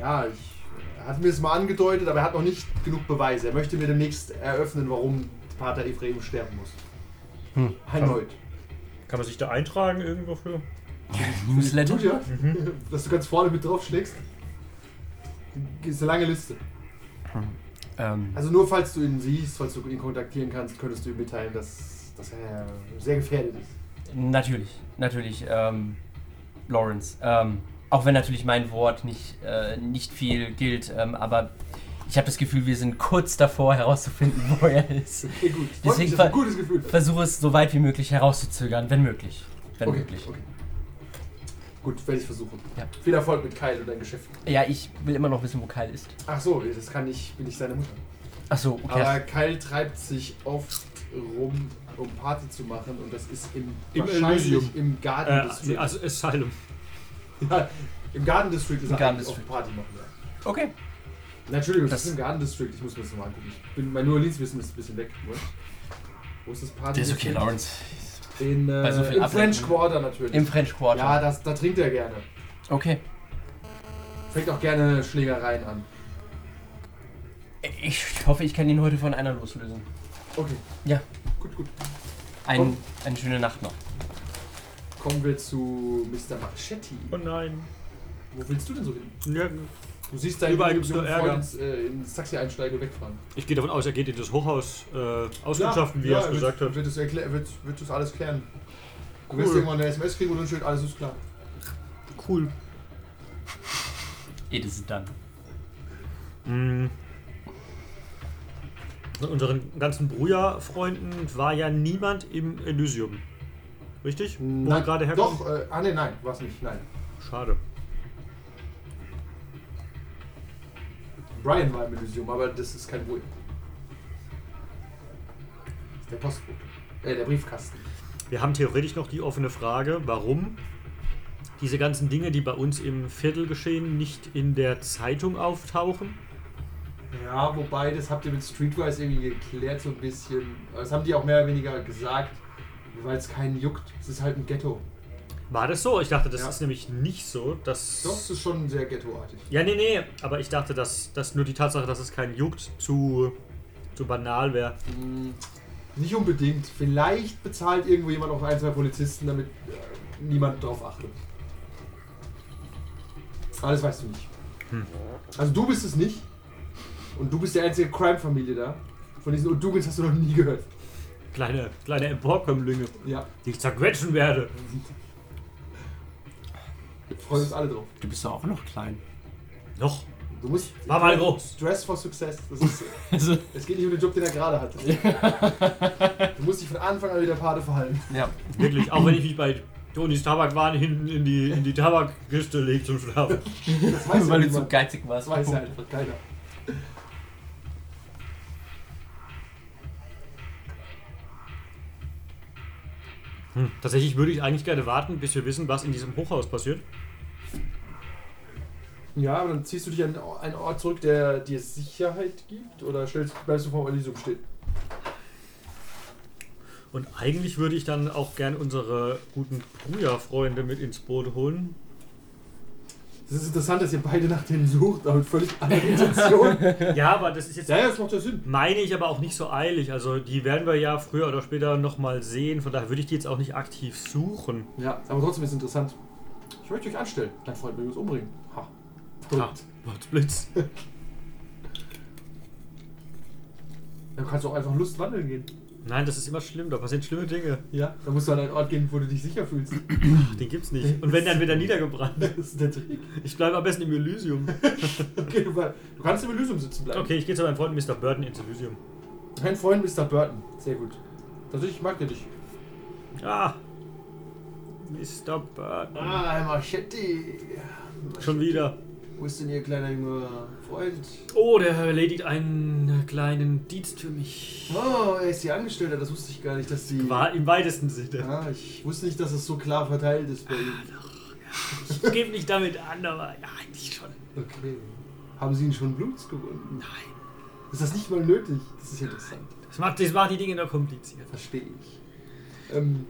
[SPEAKER 4] Ja, ich, er hat mir es mal angedeutet, aber er hat noch nicht genug Beweise. Er möchte mir demnächst eröffnen, warum Pater Ephraim sterben muss.
[SPEAKER 3] Hm.
[SPEAKER 4] Erneut.
[SPEAKER 2] Kann man sich da eintragen irgendwo für?
[SPEAKER 3] Newsletter?
[SPEAKER 4] Gut, ja? Dass du ganz vorne mit draufschlägst. Ist eine lange Liste.
[SPEAKER 3] Ähm,
[SPEAKER 4] Also nur falls du ihn siehst, falls du ihn kontaktieren kannst, könntest du ihm mitteilen, dass, dass er sehr gefährdet ist.
[SPEAKER 3] natürlich, natürlich, ähm, Lawrence. Ähm, auch wenn natürlich mein Wort nicht, äh, nicht viel gilt, ähm, aber ich habe das Gefühl, wir sind kurz davor herauszufinden, wo er ist.
[SPEAKER 4] Okay, gut. Freut mich,
[SPEAKER 3] Deswegen
[SPEAKER 4] das ist ein
[SPEAKER 3] ver-
[SPEAKER 4] gutes Gefühl.
[SPEAKER 3] Versuche es so weit wie möglich herauszuzögern, wenn möglich. Wenn
[SPEAKER 4] Okay,
[SPEAKER 3] möglich.
[SPEAKER 4] okay. Gut, werde ich versuchen.
[SPEAKER 3] Ja.
[SPEAKER 4] Viel Erfolg mit Kyle und deinem Geschäft.
[SPEAKER 3] Ja, ich will immer noch wissen, wo Kyle ist.
[SPEAKER 4] Ach so, das kann ich, bin ich seine Mutter.
[SPEAKER 3] Achso, okay.
[SPEAKER 4] Aber Kyle treibt sich oft rum, um Party zu machen und das ist im,
[SPEAKER 2] Im
[SPEAKER 4] wahrscheinlich
[SPEAKER 2] Elysium.
[SPEAKER 4] im
[SPEAKER 2] Äh,
[SPEAKER 4] Garden District.
[SPEAKER 2] also Asylum.
[SPEAKER 4] ja, Im Garden District ist
[SPEAKER 3] also Im
[SPEAKER 4] er
[SPEAKER 3] Garden
[SPEAKER 4] eigentlich
[SPEAKER 3] District.
[SPEAKER 4] auch Party machen. Ja.
[SPEAKER 3] okay.
[SPEAKER 4] Natürlich, das,
[SPEAKER 3] Das-
[SPEAKER 4] ist im Garden District, ich muss mir das nochmal angucken. Ich bin, mein New Orleans-Wissen ist ein bisschen weg. Moment. Wo ist das Party?
[SPEAKER 3] Das ist okay,
[SPEAKER 4] District?
[SPEAKER 3] Lawrence.
[SPEAKER 4] In, äh,
[SPEAKER 3] Bei so viel
[SPEAKER 4] Im
[SPEAKER 3] Ablenkung.
[SPEAKER 4] French Quarter natürlich.
[SPEAKER 3] Im French Quarter.
[SPEAKER 4] ja, das, da trinkt er gerne.
[SPEAKER 3] okay.
[SPEAKER 4] Fängt auch gerne Schlägereien an.
[SPEAKER 3] Ich hoffe, ich kann ihn heute von einer loslösen.
[SPEAKER 4] Okay.
[SPEAKER 3] Ja.
[SPEAKER 4] Gut, gut.
[SPEAKER 3] Ein,
[SPEAKER 4] Komm.
[SPEAKER 3] Eine schöne Nacht noch.
[SPEAKER 4] Kommen wir zu Mr. Marchetti.
[SPEAKER 2] Oh nein.
[SPEAKER 4] Wo willst du denn so hin?
[SPEAKER 2] Nirgend.
[SPEAKER 4] Du siehst deinen
[SPEAKER 2] Überall gibt's
[SPEAKER 4] jungen
[SPEAKER 2] nur
[SPEAKER 4] Freund
[SPEAKER 2] Ärger.
[SPEAKER 4] Ins, äh, ins Taxi einsteigen und wegfahren.
[SPEAKER 2] Ich gehe davon aus, er geht in das Hochhaus äh, auskundschaften, wie er es gesagt
[SPEAKER 4] wird,
[SPEAKER 2] hat.
[SPEAKER 4] Wird es, erklär, wird, wird es alles klären. Du
[SPEAKER 2] Cool.
[SPEAKER 4] wirst irgendwann eine SMS kriegen und dann steht, alles ist klar.
[SPEAKER 2] Cool.
[SPEAKER 3] It is done.
[SPEAKER 2] Mhm. Von unseren ganzen Bruja-Freunden war ja niemand im Elysium. Richtig? Wo wir gerade herkommen?
[SPEAKER 4] Doch, äh, ah ne, nein, war's nicht, nein.
[SPEAKER 2] Schade.
[SPEAKER 4] Brian war im Elysium, aber das ist kein Wohl. Das ist der Postbote. Äh, der Briefkasten.
[SPEAKER 2] Wir haben theoretisch noch die offene Frage, warum diese ganzen Dinge, die bei uns im Viertel geschehen, nicht in der Zeitung auftauchen.
[SPEAKER 4] Ja, wobei, das habt ihr mit Streetwise irgendwie geklärt, so ein bisschen. Aber Das haben die auch mehr oder weniger gesagt, weil es keinen juckt. Es ist halt ein Ghetto.
[SPEAKER 2] War das so? Ich dachte, das
[SPEAKER 4] Ja.
[SPEAKER 2] ist nämlich nicht so. Dass
[SPEAKER 4] Doch, es ist schon sehr ghettoartig.
[SPEAKER 2] Ja, nee, nee. Aber ich dachte, dass, dass nur die Tatsache, dass es keinen juckt, zu, zu banal wäre.
[SPEAKER 4] Hm, nicht unbedingt. Vielleicht bezahlt irgendwo jemand auch ein, zwei Polizisten, damit äh, niemand drauf achtet. Aber das weißt du nicht.
[SPEAKER 3] Hm.
[SPEAKER 4] Also du bist es nicht. Und du bist die einzige Crime-Familie da. Von diesen Odugans hast du noch nie gehört.
[SPEAKER 2] Kleine, kleine Emporkömmlinge,
[SPEAKER 4] Ja,
[SPEAKER 2] die ich zerquetschen werde.
[SPEAKER 4] freuen uns alle drauf.
[SPEAKER 3] Du bist doch auch noch klein.
[SPEAKER 2] Noch.
[SPEAKER 4] Du musst.
[SPEAKER 2] War mal groß.
[SPEAKER 4] Stress for Success. Das ist,
[SPEAKER 3] Also,
[SPEAKER 4] es geht nicht um den Job, den er gerade hat. Du musst dich von Anfang an wieder Pate verhalten.
[SPEAKER 3] ja.
[SPEAKER 2] Wirklich, auch wenn ich mich bei Tonis Tabakwaren hinten in die, in die Tabakkiste lege zum Schlafen.
[SPEAKER 4] Das weiß ja
[SPEAKER 3] Weil du zu
[SPEAKER 4] niemand.
[SPEAKER 3] geizig warst.
[SPEAKER 4] Das Also weiß halt. ja einfach keiner.
[SPEAKER 2] Hm. Tatsächlich würde ich eigentlich gerne warten, bis wir wissen, was in diesem Hochhaus passiert.
[SPEAKER 4] Ja, aber dann ziehst du dich an einen Ort zurück, der dir Sicherheit gibt? Oder stellst, bleibst du vor Elysium stehen?
[SPEAKER 2] Und eigentlich würde ich dann auch gern unsere guten Bruja-Freunde mit ins Boot holen.
[SPEAKER 4] Es ist interessant, dass ihr beide nach denen sucht, aber mit völlig anderen Intentionen.
[SPEAKER 2] Ja, aber das ist jetzt,
[SPEAKER 4] ja, ja, das macht ja Sinn.
[SPEAKER 2] meine ich, aber auch nicht so eilig. Also die werden wir ja früher oder später nochmal sehen. Von daher würde ich die jetzt auch nicht aktiv suchen.
[SPEAKER 4] Ja, aber trotzdem ist es interessant. Ich möchte euch anstellen. Dein Freund will uns umbringen. Ha.
[SPEAKER 2] Ah, Blitz.
[SPEAKER 4] Da kannst du auch einfach Lust wandeln gehen.
[SPEAKER 2] Nein, das ist immer schlimm, da passieren schlimme Dinge.
[SPEAKER 4] Ja, da musst du an einen Ort gehen, wo du dich sicher fühlst.
[SPEAKER 2] Ach, den gibt's nicht. Und wenn, dann wird er niedergebrannt.
[SPEAKER 4] Das ist der Trick.
[SPEAKER 2] Ich bleibe am besten im Elysium.
[SPEAKER 4] Okay, du, bleib- du kannst im Elysium sitzen bleiben.
[SPEAKER 2] Okay, ich gehe zu meinem Freund Mr. Burton ins Elysium.
[SPEAKER 4] Mein Freund Mr. Burton. Sehr gut. Tatsächlich mag er dich.
[SPEAKER 2] Ah! Mr. Burton.
[SPEAKER 4] Ah, Herr Marchetti.
[SPEAKER 2] Schon wieder.
[SPEAKER 4] Wo ist denn Ihr kleiner junger Freund?
[SPEAKER 2] Oh, der erledigt einen kleinen Dienst für mich.
[SPEAKER 4] Oh, er ist hier Angestellter. Das wusste ich gar nicht, dass die...
[SPEAKER 2] War im weitesten Sinne.
[SPEAKER 4] Ah, ich wusste nicht, dass es so klar verteilt ist bei ihm.
[SPEAKER 2] Ich gebe mich damit an, aber ja, eigentlich schon.
[SPEAKER 4] Okay. Haben Sie ihn schon Bluts gewunden?
[SPEAKER 2] Nein.
[SPEAKER 4] Ist das nicht mal nötig? Das ist ja interessant.
[SPEAKER 2] Das macht, das macht die Dinge noch kompliziert.
[SPEAKER 4] Verstehe ich. Ähm,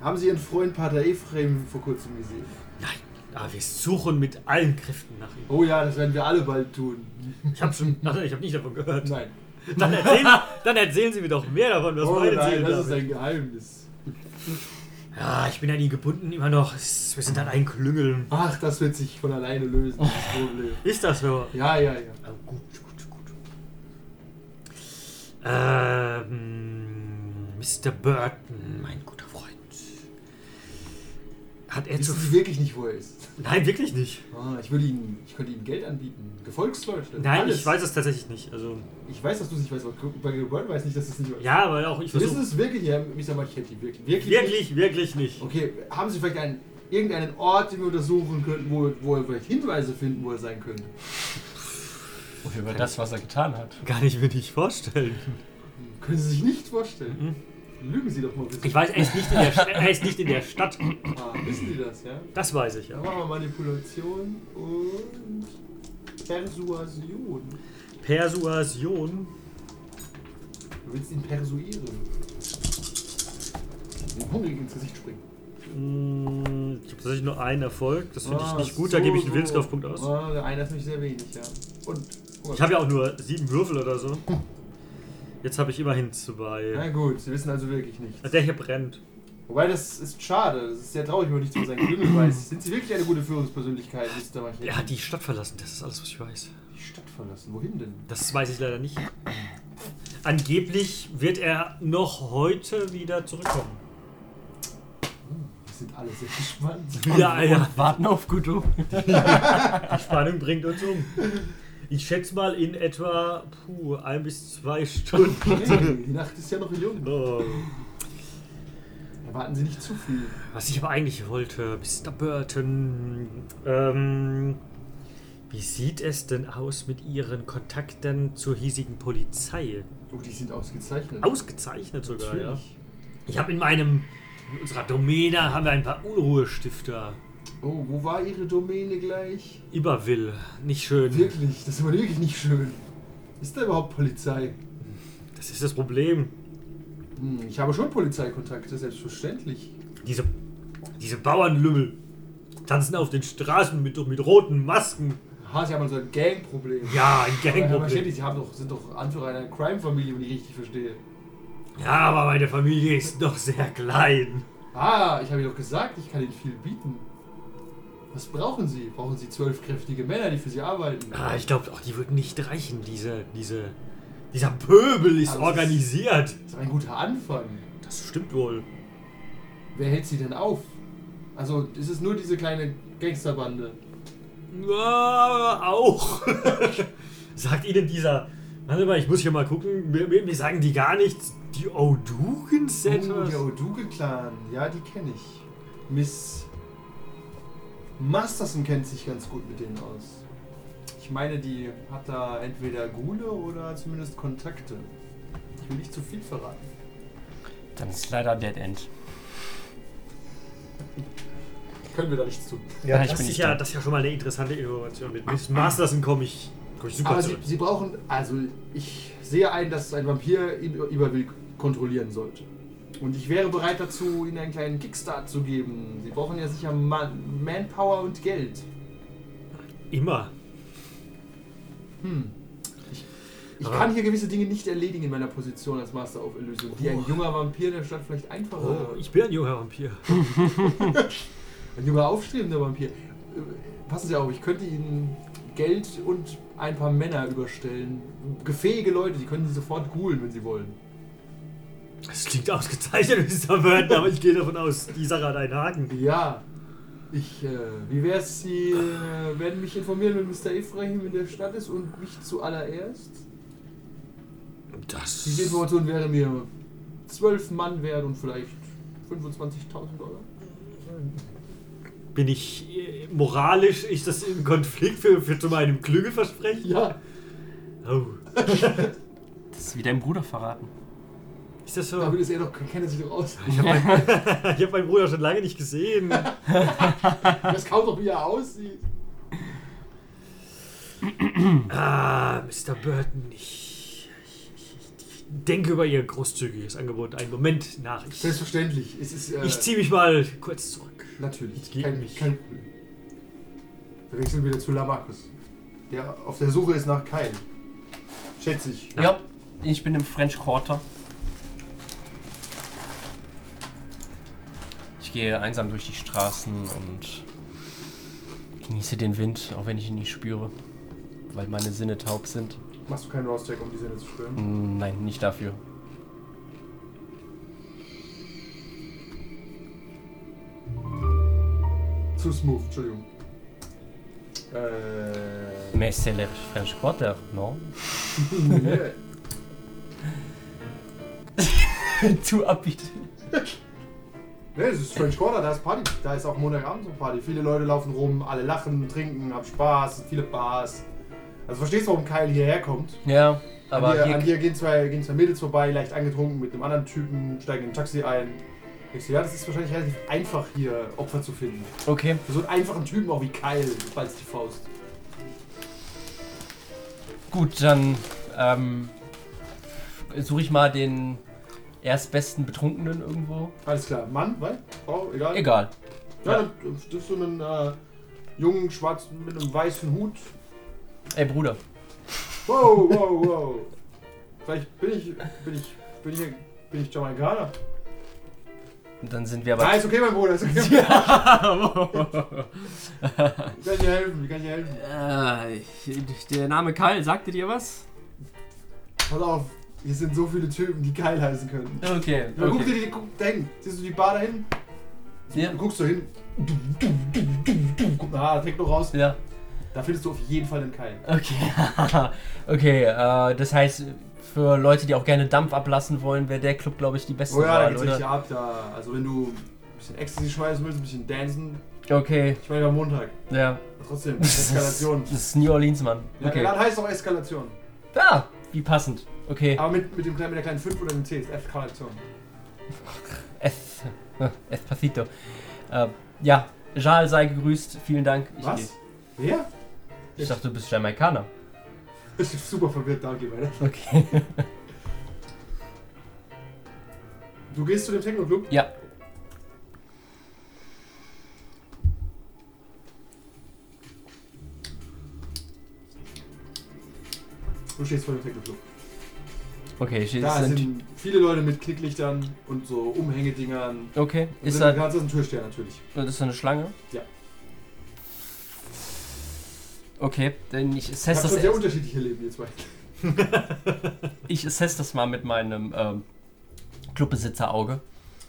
[SPEAKER 4] haben Sie Ihren Freund Pater Ephraim vor kurzem gesehen?
[SPEAKER 2] Nein. Aber wir suchen mit allen Kräften nach ihm.
[SPEAKER 4] Oh ja, das werden wir alle bald tun.
[SPEAKER 2] Ich habe schon. Ach, ich habe nicht davon gehört.
[SPEAKER 4] Nein.
[SPEAKER 2] Dann erzählen, dann erzählen Sie mir doch mehr davon, was
[SPEAKER 4] oh
[SPEAKER 2] meine
[SPEAKER 4] nein,
[SPEAKER 2] Seele
[SPEAKER 4] das ist
[SPEAKER 2] damit.
[SPEAKER 4] ein Geheimnis.
[SPEAKER 2] Ja, ich bin an ihn gebunden immer noch. Es ist- Wir sind an einen Klüngel.
[SPEAKER 4] Ach, das wird sich von alleine lösen, das Problem.
[SPEAKER 2] Ist das so?
[SPEAKER 4] Ja, ja, ja.
[SPEAKER 2] Oh, gut, gut, gut. Ähm, Mr. Burton, mein guter Freund. Hat er zu
[SPEAKER 4] Wissen Sie
[SPEAKER 2] viel?
[SPEAKER 4] wirklich nicht, wo er ist?
[SPEAKER 2] Nein, wirklich nicht.
[SPEAKER 4] Ah, ich, würde Ihnen, ich könnte Ihnen Geld anbieten. Gefolgsleute.
[SPEAKER 2] Nein,
[SPEAKER 4] alles.
[SPEAKER 2] ich weiß es tatsächlich nicht. Also,
[SPEAKER 4] Ich weiß, dass du es nicht weißt, aber bei Geburt weiß nicht, dass du es nicht weißt.
[SPEAKER 2] ja, aber auch ich
[SPEAKER 4] Sie Wissen
[SPEAKER 2] versuche.
[SPEAKER 4] es wirklich, Herr Mr. Marchetti? Wirklich? Wirklich?
[SPEAKER 2] Wirklich, wirklich nicht.
[SPEAKER 4] Okay, haben Sie vielleicht einen, irgendeinen Ort, den wir untersuchen könnten, wo, wo wir vielleicht Hinweise finden, wo er sein könnte?
[SPEAKER 3] Und über das, was er getan hat.
[SPEAKER 2] Gar nicht mir nicht vorstellen.
[SPEAKER 4] Können Sie sich nicht vorstellen. Lügen Sie doch mal ein bisschen.
[SPEAKER 2] Mhm. Ich weiß, er ist nicht in der, St- er ist nicht in der Stadt.
[SPEAKER 4] Ah, wissen Sie das, ja?
[SPEAKER 2] Das weiß ich
[SPEAKER 4] Da
[SPEAKER 2] ja.
[SPEAKER 4] machen wir Manipulation und Persuasion.
[SPEAKER 2] Persuasion.
[SPEAKER 4] Du willst ihn persuieren. Den hungrig ins Gesicht springen.
[SPEAKER 2] Mm, Ich habe tatsächlich nur einen Erfolg. Das finde ich
[SPEAKER 4] Ah,
[SPEAKER 2] nicht gut.
[SPEAKER 4] so,
[SPEAKER 2] da gebe ich einen
[SPEAKER 4] so.
[SPEAKER 2] Willenskraftpunkt aus.
[SPEAKER 4] Ah, der eine ist nämlich sehr wenig, ja. Und. guck mal.
[SPEAKER 2] Ich habe ja auch nur sieben Würfel oder so. Jetzt habe ich immerhin zwei.
[SPEAKER 4] Na gut, Sie wissen also wirklich nichts.
[SPEAKER 2] Also der hier brennt.
[SPEAKER 4] Wobei, das ist schade. Das ist sehr traurig, wenn man nichts über seinen Klüngel weiß. Sind Sie wirklich eine gute Führungspersönlichkeit, Mr. Machete?
[SPEAKER 2] Er hat die Stadt verlassen. Das ist alles, was ich weiß.
[SPEAKER 4] Die Stadt verlassen. Wohin denn?
[SPEAKER 2] Das weiß ich leider nicht. Angeblich wird er noch heute wieder zurückkommen.
[SPEAKER 4] Wir sind alle sehr gespannt.
[SPEAKER 2] Ja, ja.
[SPEAKER 3] Und warten auf Gudu.
[SPEAKER 2] Die Spannung bringt uns um. Ich schätze mal in etwa puh, ein bis zwei Stunden.
[SPEAKER 4] Hey, die Nacht ist ja noch jung.
[SPEAKER 2] Oh.
[SPEAKER 4] Erwarten Sie nicht zu viel.
[SPEAKER 2] Was ich aber eigentlich wollte, Mr. Burton, ähm, wie sieht es denn aus mit Ihren Kontakten zur hiesigen Polizei?
[SPEAKER 4] Oh, die sind ausgezeichnet.
[SPEAKER 2] Ausgezeichnet sogar, ja.
[SPEAKER 4] Natürlich.
[SPEAKER 2] Ich habe in meinem, in unserer Domäne haben wir ein paar Unruhestifter.
[SPEAKER 4] Oh, wo war Ihre Domäne gleich?
[SPEAKER 2] Iberwill, nicht schön.
[SPEAKER 4] Wirklich, das ist aber wirklich nicht schön. Ist da überhaupt Polizei?
[SPEAKER 2] Das ist das Problem.
[SPEAKER 4] Hm, ich habe schon Polizeikontakte, selbstverständlich.
[SPEAKER 2] Diese, diese Bauernlümmel tanzen auf den Straßen mit, mit roten Masken.
[SPEAKER 4] Aha, Sie haben also ein Gangproblem.
[SPEAKER 2] Ja, ein
[SPEAKER 4] Aber Herr Machetti,
[SPEAKER 2] Gangproblem.
[SPEAKER 4] Sie haben doch, sind doch Anführer einer Crime-Familie, wenn ich richtig verstehe.
[SPEAKER 2] Ja, aber meine Familie ist noch sehr klein.
[SPEAKER 4] Ah, ich habe Ihnen doch gesagt, ich kann Ihnen viel bieten. Was brauchen Sie? Brauchen Sie zwölf kräftige Männer, die für Sie arbeiten?
[SPEAKER 2] Ah, ich glaube auch, die würden nicht reichen. Diese, diese, dieser Pöbel ist
[SPEAKER 4] Aber das ist-
[SPEAKER 2] organisiert.
[SPEAKER 4] Das ist ein guter Anfang.
[SPEAKER 2] Das stimmt wohl.
[SPEAKER 4] Wer hält Sie denn auf? Also, ist es nur diese kleine Gangsterbande?
[SPEAKER 2] Ja, auch. Sagt ihnen dieser. Warte mal, ich muss hier mal gucken. Mir, mir, mir sagen die gar nichts. Die Odugans
[SPEAKER 4] Oh,
[SPEAKER 2] etwas?
[SPEAKER 4] der Oduge-Clan, ja, die kenne ich. Miss Masterson kennt sich ganz gut mit denen aus. Ich meine, die hat da entweder Gule oder zumindest Kontakte. Ich will nicht zu viel verraten.
[SPEAKER 3] Dann ist leider Dead End.
[SPEAKER 4] Können wir da nichts tun.
[SPEAKER 3] Ja, ich
[SPEAKER 2] das,
[SPEAKER 3] bin
[SPEAKER 2] ist
[SPEAKER 3] nicht
[SPEAKER 2] ja,
[SPEAKER 3] da.
[SPEAKER 2] das ist ja schon mal eine interessante Information. Mit Miss Masterson komme ich, komm ich super
[SPEAKER 4] Aber sie,
[SPEAKER 2] zurück.
[SPEAKER 4] sie brauchen, also ich sehe ein, dass ein Vampir ihn Iberwill kontrollieren sollte. Und ich wäre bereit dazu, ihnen einen kleinen Kickstart zu geben. Sie brauchen ja sicher Man Manpower und Geld.
[SPEAKER 2] Immer.
[SPEAKER 4] Hm. Ich, ich
[SPEAKER 2] Aber-
[SPEAKER 4] kann hier gewisse Dinge nicht erledigen in meiner Position als Master of Illusion, die ein junger Vampir in der Stadt vielleicht einfacher.
[SPEAKER 2] Oh, ich bin ein junger Vampir.
[SPEAKER 4] Ein junger aufstrebender Vampir. Äh, Passen Sie auf, ich könnte Ihnen Geld und ein paar Männer überstellen. Gefähige Leute, die können sie sofort ghoulen, wenn sie wollen.
[SPEAKER 2] Es klingt ausgezeichnet, Mr. Burton, aber ich gehe davon aus, die Sache hat einen Haken.
[SPEAKER 4] Ja, ich, äh, wie wär's, Sie äh, werden mich informieren, wenn Mr. Ephraim in der Stadt ist und mich zuallererst.
[SPEAKER 2] Das.
[SPEAKER 4] Diese Information wäre mir zwölf Mann wert und vielleicht 25.000 Dollar.
[SPEAKER 2] Bin ich äh, moralisch, ist das im Konflikt für, für zu meinem Klügelversprechen?
[SPEAKER 4] Ja,
[SPEAKER 2] Oh.
[SPEAKER 3] Das ist wie dein Bruder verraten.
[SPEAKER 2] Ist das so?
[SPEAKER 4] damit ist er doch, kennt er sich doch aus.
[SPEAKER 2] Ich habe meinen, hab meinen Bruder schon lange nicht gesehen.
[SPEAKER 4] Das kaum doch, wie er aussieht.
[SPEAKER 2] Ah, Mr. Burton, ich, ich, ich, ich denke über Ihr großzügiges Angebot einen Moment nach. Ich,
[SPEAKER 4] Selbstverständlich, es ist. Äh,
[SPEAKER 2] ich ziehe mich mal kurz zurück. Ich
[SPEAKER 4] Natürlich,
[SPEAKER 2] geb
[SPEAKER 4] kein,
[SPEAKER 2] mich.
[SPEAKER 4] kein Problem. Wir wechseln wieder zu Lamarcus, der auf der Suche ist nach Keil. Schätze ich.
[SPEAKER 3] Ja. ich bin im French Quarter. Ich gehe einsam durch die Straßen und genieße den Wind, auch wenn ich ihn nicht spüre, weil meine Sinne taub sind.
[SPEAKER 4] Machst du keinen Rouse-Check, um die Sinne zu stören?
[SPEAKER 3] Mm, Nein, nicht dafür.
[SPEAKER 4] Zu smooth, Entschuldigung. Äh.
[SPEAKER 3] Mais c'est le French Quarter, non?
[SPEAKER 4] nee.
[SPEAKER 3] du abbiete.
[SPEAKER 4] Nee, es ist French Quarter, da ist Party. Da ist auch Montagabend so Party. Viele Leute laufen rum, alle lachen, trinken, haben Spaß, viele Bars. Also verstehst du, warum Kyle hierher kommt?
[SPEAKER 3] Ja,
[SPEAKER 4] an
[SPEAKER 3] aber
[SPEAKER 4] dir, an
[SPEAKER 3] hier,
[SPEAKER 4] dir gehen, zwei, gehen zwei Mädels vorbei, leicht angetrunken mit einem anderen Typen, steigen in ein Taxi ein. Ich so, ja, das ist wahrscheinlich relativ einfach hier Opfer zu finden.
[SPEAKER 3] okay.
[SPEAKER 4] Für so einen einfachen Typen auch wie Kyle, falls die Faust.
[SPEAKER 3] Gut, dann ähm, suche ich mal den erstbesten Betrunkenen irgendwo.
[SPEAKER 4] Alles klar, Mann, weil? Frau, egal.
[SPEAKER 3] Egal.
[SPEAKER 4] Ja, dann triffst du einen äh, jungen Schwarzen mit einem weißen Hut.
[SPEAKER 3] Ey Bruder,
[SPEAKER 4] Wow, wow, wow. Vielleicht bin ich, bin ich, bin ich, bin ich Jamaikaner.
[SPEAKER 3] dann sind wir aber
[SPEAKER 4] Nein, ist okay, mein Bruder, ist okay.
[SPEAKER 3] äh,
[SPEAKER 4] Ich kann dir helfen, ich kann dir helfen.
[SPEAKER 3] ich- Äh, der Name Karl, sagte dir was?
[SPEAKER 4] Pass auf, hier sind so viele Typen, die Kyle heißen können.
[SPEAKER 3] Okay,
[SPEAKER 4] Ja, Guck dir die, guck, da hinten. Siehst du die Bar da hinten?
[SPEAKER 3] Ja.
[SPEAKER 4] Du guckst so hin. Du, du, du, du, du. Guck mal, ah, Techno raus.
[SPEAKER 3] Ja,
[SPEAKER 4] Da findest du auf jeden Fall einen Keil.
[SPEAKER 3] okay. okay, äh, das heißt, für Leute, die auch gerne Dampf ablassen wollen, wäre der Club, glaube ich, die beste
[SPEAKER 4] Oh ja, da
[SPEAKER 3] Wahl,
[SPEAKER 4] geht's richtig
[SPEAKER 3] oder?
[SPEAKER 4] ab. Da. Also wenn du ein bisschen Ecstasy schmeißen willst, ein bisschen dancen.
[SPEAKER 3] Okay,
[SPEAKER 4] Ich meine, am Montag.
[SPEAKER 3] ja.
[SPEAKER 4] Aber Trotzdem,
[SPEAKER 3] Das ist-
[SPEAKER 4] Eskalation.
[SPEAKER 3] Das ist New Orleans, Mann.
[SPEAKER 4] Ja, Der
[SPEAKER 3] Okay.
[SPEAKER 4] Laden heißt auch Eskalation.
[SPEAKER 3] Da, wie passend. Okay.
[SPEAKER 4] Aber mit, mit, dem, kleinen- mit der kleinen 5 oder dem C ist Eskalation.
[SPEAKER 3] Es, Espacito. Äh, ja, Jal sei gegrüßt. Vielen Dank. Ich
[SPEAKER 4] Was?
[SPEAKER 3] geh.
[SPEAKER 4] Wer?
[SPEAKER 3] Ich dachte, du bist Jamaikaner.
[SPEAKER 4] Ich bin super verwirrt, da geh weiter.
[SPEAKER 3] Okay.
[SPEAKER 4] Du gehst zu dem Techno-Club?
[SPEAKER 3] Ja.
[SPEAKER 4] Du stehst vor dem Techno-Club.
[SPEAKER 3] Okay, ich ist
[SPEAKER 4] Da
[SPEAKER 3] ein Ty-
[SPEAKER 4] sind viele Leute mit Klicklichtern und so Umhängedingern.
[SPEAKER 3] Okay, ist
[SPEAKER 4] da
[SPEAKER 3] da,
[SPEAKER 4] ganz ein Türsteher natürlich.
[SPEAKER 3] das ist da eine Schlange?
[SPEAKER 4] Ja.
[SPEAKER 3] Okay, denn ich
[SPEAKER 4] Ich
[SPEAKER 3] assess,
[SPEAKER 4] habe
[SPEAKER 3] das,
[SPEAKER 4] schon sehr
[SPEAKER 3] erst-
[SPEAKER 4] unterschiedliche Leben, ihr zwei.
[SPEAKER 3] ich assess das mal mit meinem ähm, Clubbesitzer-Auge.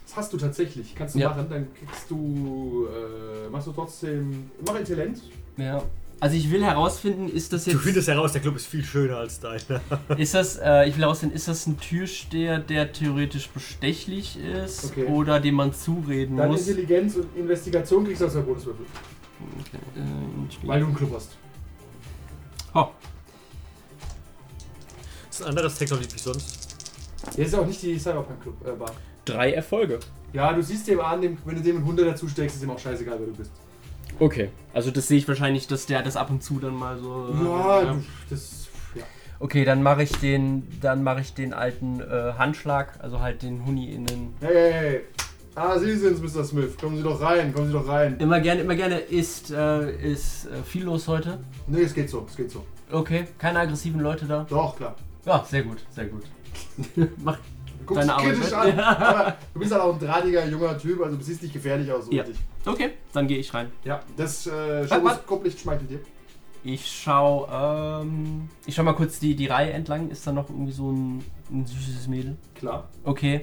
[SPEAKER 4] Das hast du tatsächlich. Kannst du
[SPEAKER 3] Ja.
[SPEAKER 4] machen, dann kriegst du. Äh, machst du trotzdem. Mach Intellent.
[SPEAKER 3] Ja. Also ich will herausfinden, ist das
[SPEAKER 2] Du
[SPEAKER 3] jetzt...
[SPEAKER 2] findest heraus, der Club ist viel schöner als deiner.
[SPEAKER 3] Ist das, äh, ich will herausfinden, ist das ein Türsteher, der theoretisch bestechlich ist
[SPEAKER 4] Okay.
[SPEAKER 3] oder dem man zureden
[SPEAKER 4] Dann
[SPEAKER 3] muss?
[SPEAKER 4] Intelligenz und Investigation kriegst du als Bonuswürfel.
[SPEAKER 3] Äh,
[SPEAKER 4] Weil du einen Club hast.
[SPEAKER 3] oh,
[SPEAKER 2] Das ist ein anderes Technologie wie sonst.
[SPEAKER 4] Hier ist auch nicht die Cyberpunk-Club. Äh, Bar.
[SPEAKER 3] drei Erfolge.
[SPEAKER 4] ja, du siehst dem an, dem, wenn du dem einen 100 dazu steckst, ist ihm auch scheißegal, wer du bist.
[SPEAKER 3] Okay. Also das sehe ich wahrscheinlich, dass der das ab und zu dann mal so. äh,
[SPEAKER 4] Ja, du, das. Ja.
[SPEAKER 3] Okay, dann mache ich den, dann mache ich den alten äh, Handschlag, also halt den Huni in den.
[SPEAKER 4] Hey, hey, hey. Ah, Sie sind's, Mr. Smith. Kommen Sie doch rein, kommen Sie doch rein.
[SPEAKER 3] Immer gerne, immer gerne ist, äh, ist äh, viel los heute.
[SPEAKER 4] Nee, es geht so, es geht so.
[SPEAKER 3] Okay, keine aggressiven Leute da.
[SPEAKER 4] Doch, klar.
[SPEAKER 3] Ja, sehr gut, sehr gut. Mach,
[SPEAKER 4] Du guckst
[SPEAKER 3] Deine
[SPEAKER 4] dich
[SPEAKER 3] Arbeit ne?
[SPEAKER 4] kritisch
[SPEAKER 3] wird-
[SPEAKER 4] an. Aber du bist halt auch ein drahtiger junger Typ, also du siehst nicht gefährlich aus, so
[SPEAKER 3] Ja.
[SPEAKER 4] richtig.
[SPEAKER 3] okay, dann gehe ich rein.
[SPEAKER 4] Ja, das äh,
[SPEAKER 3] Warte, warte.
[SPEAKER 4] Schokoskublicht schmeichelt dir.
[SPEAKER 3] Ich schau, ähm, ich schau mal kurz die, die Reihe entlang. Ist da noch irgendwie so ein, ein süßes Mädel?
[SPEAKER 4] Klar.
[SPEAKER 3] Okay,